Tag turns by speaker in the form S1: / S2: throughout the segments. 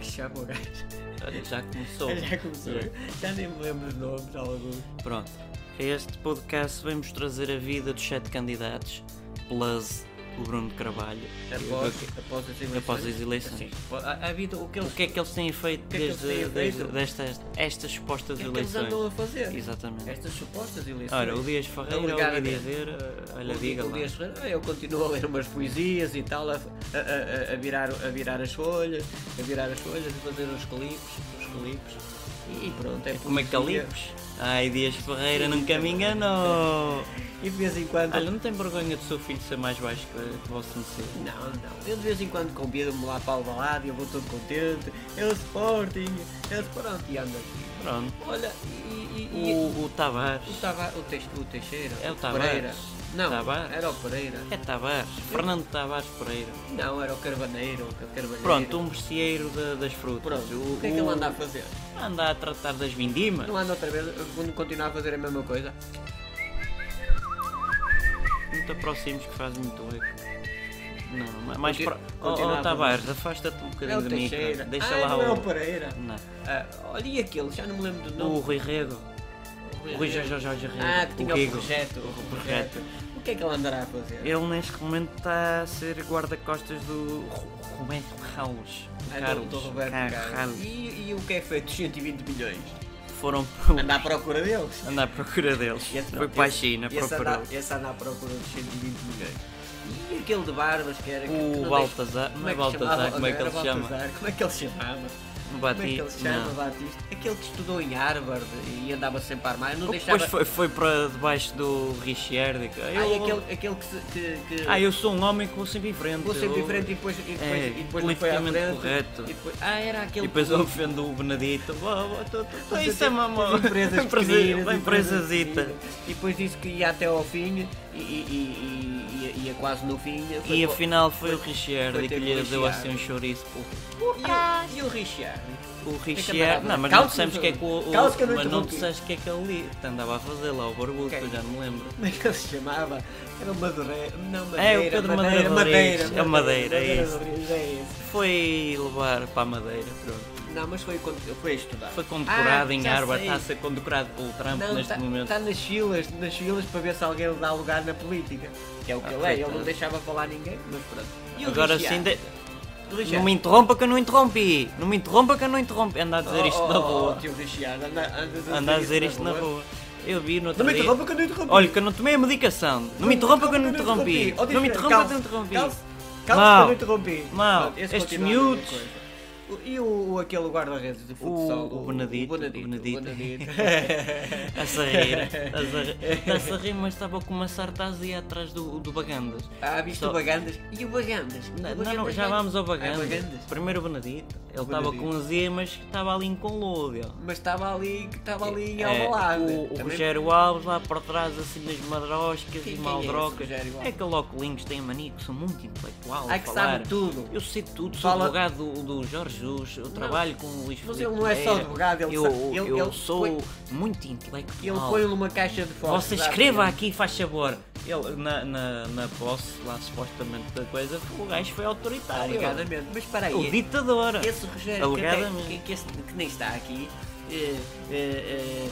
S1: Tiago Moraes.
S2: Já começou. É.
S1: Já começou. Já nem me lembro os nomes, alguns.
S2: Pronto. A este podcast vamos trazer a vida dos sete candidatos, plus o Bruno de Carvalho.
S1: Após,
S2: O que-
S1: após as eleições.
S2: Após as eleições.
S1: Sim. A, a vida, o que
S2: O
S1: eles,
S2: que é que eles têm feito
S1: que é que eles
S2: desde,
S1: têm feito?
S2: desde- destas estas supostas
S1: o que é que eles
S2: eleições?
S1: andam a fazer?
S2: Exatamente.
S1: Estas supostas eleições.
S2: Ora, o Dias Ferreira ouvi
S1: Alegadamente.
S2: dizer, eh, olha,
S1: O-
S2: diga
S1: o
S2: lá.
S1: Dias Ferreira, ah, eu continuo a ler umas poesias e tal, a, a- a- a virar, a virar as folhas, a virar as folhas, a fazer uns clipes, uns clipes, e, e pronto, é
S2: Como é que
S1: poesia.
S2: calipes? Ai, Dias Ferreira, nunca me enganou.
S1: E de vez em quando.
S2: Olha, não tem vergonha do seu filho ser mais baixo que, que você me ser?
S1: Não, não. Eu de vez em quando convido-me lá para o balado e eu vou todo contente. É o Sporting, é o Sporting. E anda aqui.
S2: Pronto.
S1: Olha, e. e, e-
S2: O, o Tavares.
S1: o, Tava- o, Teix- o Teixeira.
S2: É o Tavares.
S1: Pereira. Não,
S2: Tavares.
S1: era o Pereira.
S2: É Tavares. Fernando Tavares Pereira.
S1: Não, era o Carvaneiro. O Carvaneiro.
S2: Pronto, um merceeiro da- das frutas.
S1: Pronto, o, que é que ele anda a fazer?
S2: Anda a tratar das vindimas.
S1: Não anda outra vez, quando continuar a fazer a mesma coisa.
S2: Muito aproximos que faz muito eco. Não, ma- mais
S1: Conti-
S2: pro... Oh,
S1: continua
S2: oh,
S1: a
S2: Tavares, afasta-te um bocadinho
S1: É o
S2: de mim. cara.
S1: Teixeira.
S2: Deixa
S1: ah,
S2: lá
S1: não é
S2: o...
S1: o Pereira.
S2: Não.
S1: Ah, olha, e aquele? Já não me lembro do
S2: O
S1: nome.
S2: Rui Rego. O Rui Jorge Jorge Rego.
S1: Ah, que tinha o,
S2: Rego.
S1: projeto. O projeto. O que é que ele andará a fazer?
S2: Ele neste momento está a ser guarda-costas do Ro- Roberto Carlos.
S1: Ah, do-
S2: Carlos.
S1: do Roberto
S2: Car-
S1: Carlos.
S2: Carlos.
S1: E, e o que é feito dos 120 milhões?
S2: Foram pro...
S1: Andar à procura deles.
S2: andar à procura deles.
S1: Esse não,
S2: Foi para a
S1: esse-
S2: China,
S1: esse
S2: procurou.
S1: anda- Esse anda à procura dos 120 milhões. E aquele de barbas que era... que- que
S2: O
S1: não
S2: Baltazar,
S1: deixa-
S2: não é
S1: que chamava?
S2: Baltazar, como é que
S1: Era
S2: ele se chama?
S1: Baltazar. Como é que ele se chamava?
S2: O
S1: Como é que ele se
S2: Batista.
S1: chama,
S2: não.
S1: Batista? Aquele que estudou em Harvard e andava sempre a armar, não deixava...
S2: Depois Oh, foi, foi para debaixo do Richard. e-
S1: Ah,
S2: eu,
S1: e aquele, aquele que, se- que, que-
S2: Ah, eu sou um homem que vou sempre em frente.
S1: vou sempre
S2: eu-
S1: em frente e depois, e depois,
S2: É,
S1: e depois não foi à frente.
S2: politicamente correto.
S1: E depois- ah, era
S2: E
S1: aquele
S2: depois
S1: que-
S2: eu ofendo o Benedito. Vá, vá, tô- tô- tô-
S1: Mas
S2: Isso é
S1: até-
S2: uma uma-
S1: teve empresas
S2: empresa-
S1: pequeninas,
S2: uma
S1: empresas
S2: empresazita.
S1: pequeninas. E depois disse que ia até ao fim e, e- e- e- e- ia quase no fim. foi
S2: E
S1: para-
S2: afinal foi o
S1: foi
S2: Richard
S1: ter
S2: que
S1: com
S2: lhe
S1: o
S2: deu
S1: Richard. É
S2: assim um chouriço.
S1: E o- E o Richard?
S2: O
S1: camarada.
S2: Richard. Não, mas não
S1: Calça,
S2: sabemos o que é que o. o-
S1: calça que eu não
S2: Mas não
S1: interrompi.
S2: tu sabes o que é que ele andava a fazer lá, o barbudo, que
S1: Quem?
S2: eu já não me lembro.
S1: Como é que ele se chamava? Era o Madureira. Não,
S2: É,
S1: Madeira.
S2: o Pedro
S1: Madeira,
S2: Madeira
S1: Madeira,
S2: Rodrigues. É o Madeira, é isso.
S1: Rodrigues, é isso.
S2: Foi levar para a Madeira, pronto.
S1: Não, mas foi, quando- foi estudar.
S2: Foi condecorado
S1: Ah,
S2: em
S1: já
S2: Harvard,
S1: sei.
S2: está a ser condecorado pelo Trump
S1: Não,
S2: neste
S1: está
S2: momento.
S1: tá nas filas, nas filas para ver se alguém lhe dá lugar na política. Que é o que
S2: Ah,
S1: ele é, ele não
S2: coitado.
S1: deixava falar ninguém, mas pronto. E o
S2: Agora
S1: Richard?
S2: sim, de-
S1: O Richard?
S2: não me interrompa que eu não interrompi. Não me interrompa que eu não interrompi. Anda a dizer isto na
S1: Oh,
S2: rua.
S1: tio Richard, anda, anda,
S2: Anda a dizer isto na rua. Eu vi no outro
S1: Não me
S2: dia.
S1: interrompa que eu não interrompi.
S2: Olha, que eu não tomei a medicação. Não me interrompa que eu não interrompi. Não me interrompa que eu não interrompi. Mal.
S1: Calma, que eu não interrompi.
S2: Mal.
S1: Pronto, esse
S2: Estes
S1: continua a mesma
S2: miúdos.
S1: coisa. O- E o, o aquele guarda-redes de futsal?
S2: o Benedito,
S1: O Benedito.
S2: o Benedito.
S1: Benedito.
S2: A sarrir. A sarrir. Está-se a rir, mas estava com uma sartasia atrás do, do Bagandas.
S1: ah, viste
S2: Só-
S1: o Bagandas? E o Bagandas? O
S2: Não, não,
S1: Bagandas
S2: não, já
S1: vai-
S2: vamos ao
S1: Ah,
S2: Bagandas.
S1: Bagandas.
S2: Primeiro o Benedito. Ele estava
S1: Benedito.
S2: com azemas que estava ali com lodo.
S1: Mas estava ali, que estava ali em
S2: É,
S1: Alvalade.
S2: o, o
S1: Também-
S2: Rogério Alves lá por trás, assim nas madrascas
S1: Quem-
S2: e
S1: quem é
S2: maldrocas.
S1: esse Rogério Alves?
S2: É aquele óculos tem a mania que sou muito intelectual. a
S1: Ai, é que
S2: falar.
S1: sabe tudo.
S2: Eu sei tudo, sou
S1: Fala-
S2: advogado do, do Jorge Jesus, eu trabalho com o Luís
S1: Mas
S2: Filipe
S1: ele não é só
S2: Pereira.
S1: advogado, ele
S2: eu,
S1: sabe- ele-
S2: eu
S1: ele
S2: sou
S1: põe-
S2: muito
S1: E ele um
S2: intelectual.
S1: põe numa caixa de Ah, fotos.
S2: Você
S1: sabe?
S2: escreva aqui, faz favor. Ele, na, na, na posse, lá supostamente da coisa, o gajo foi autoritário.
S1: Alegadamente. Mas espera aí. é
S2: O ditador.
S1: Esse Rogério que, até-
S2: Alegadamente.
S1: que, que é esse- que nem está aqui, eh, eh, eh,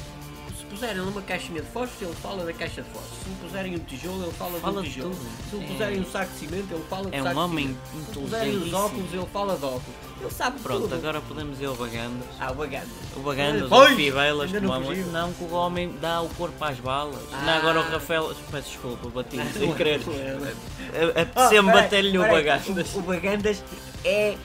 S1: se puserem numa caixinha de fósforos, ele fala da caixa de fósforos. Se me puserem um tijolo, ele fala, do
S2: Fala de
S1: tijolo.
S2: tudo.
S1: Se me
S2: É.
S1: puserem um saco de cimento, ele fala de
S2: É um
S1: saco de
S2: homem
S1: cimento. Se me puserem os
S2: inteligentíssimo.
S1: óculos, ele fala de óculos. Ele sabe
S2: Pronto,
S1: tudo.
S2: agora podemos ir ao Bagandas.
S1: Ah, o bagano.
S2: O Bagandas,
S1: Pois,
S2: o Fibelas,
S1: ainda
S2: como
S1: não
S2: há muito-
S1: fugiu.
S2: não, que o homem dá o corpo às balas.
S1: Ah.
S2: Não, agora o Rafael, peço desculpa, bati
S1: é,
S2: sem querer. A-
S1: Oh,
S2: Apeteceu-me
S1: peraí,
S2: bater-lhe o
S1: peraí.
S2: Bagandas.
S1: O, o Bagandas é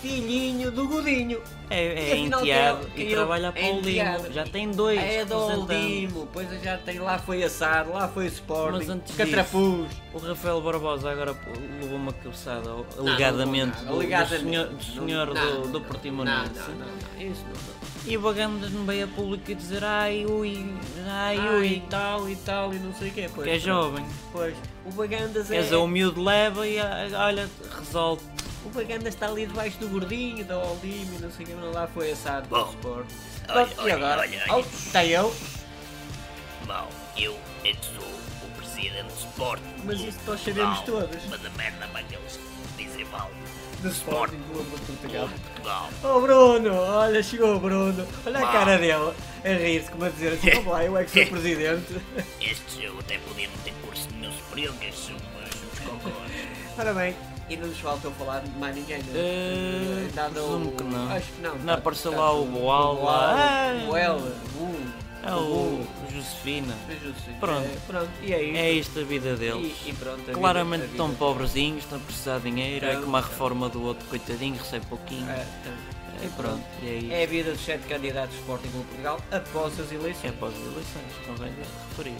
S1: filhinho do Godinho.
S2: É, é
S1: E afinal,
S2: enteado
S1: quem é-
S2: e
S1: quem é-
S2: trabalha
S1: é
S2: para o Limo.
S1: enteado.
S2: Já tem dois.
S1: É do
S2: representantes.
S1: Aldimo, pois eu já tem lá foi assado, lá foi Sporting,
S2: Mas antes
S1: Catrafuz.
S2: O Rafael Barbosa agora pô- levou uma cabeçada alegadamente,
S1: Não, não,
S2: do-
S1: não,
S2: do, senhor,
S1: alegadamente.
S2: do, senhor
S1: Não, não,
S2: do, do
S1: não,
S2: Portimonense.
S1: Não, não, não, É isso não.
S2: E o Bagandas não veio a público e dizer ai ui,
S1: Ai,
S2: ai
S1: tá
S2: ui,
S1: e tal e tal e não sei o que. Pois,
S2: que é
S1: pronto.
S2: jovem.
S1: Pois, o Bagandas é...
S2: Quer dizer, o miúdo leva e ah, olha, resolve.
S1: O Bagandas está ali debaixo do gordinho, do Aldimo e não sei o que, mas lá foi assado
S3: Bom.
S1: pelo Sporting.
S3: Olha,
S1: Pronto, e
S3: olha,
S1: agora?
S3: olha,
S1: Oh, Está eu,
S3: Bom, eu, eu sou o presidente do Sport.
S1: mas isso nós sabemos todos.
S3: Mas a merda mais deles dizer mal.
S1: do Sporting Clube de Portugal.
S3: Portugal.
S1: Oh Bruno, olha, chegou o Bruno. Olha a
S3: Mal.
S1: cara dele, a rir-se, como a dizer assim, vamos lá, eu é que sou presidente.
S3: Este jogo até podia não ter curso nenhum superior, que é são uns uns cocôs.
S1: Ora bem, e não nos faltou falar de mais ninguém, não
S2: Eh,
S1: Nada o-
S2: presumo que não.
S1: Acho que não.
S2: Não,
S1: Tá-
S2: apareceu
S1: tá
S2: lá o
S1: tudo-
S2: Boal,
S1: o
S2: lá.
S1: Boal, o Boel, o...
S2: É o Josefina.
S1: Justo,
S2: Pronto.
S1: é, pronto, e é isto.
S2: É isto a vida deles.
S1: E, e pronto, a
S2: Claramente
S1: vida, a
S2: estão
S1: vida.
S2: pobrezinhos, estão a precisar de dinheiro. É
S1: Então,
S2: como a
S1: então.
S2: reforma do outro, coitadinho, recebe pouquinho.
S1: É,
S2: É,
S1: então, e
S2: pronto, e é isso.
S1: É a vida dos sete candidatos do Sporting Clube de Portugal após as
S2: É
S1: eleições.
S2: após as eleições, convém referir.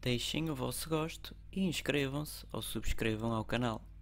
S2: Deixem o vosso gosto e inscrevam-se ou subscrevam ao canal.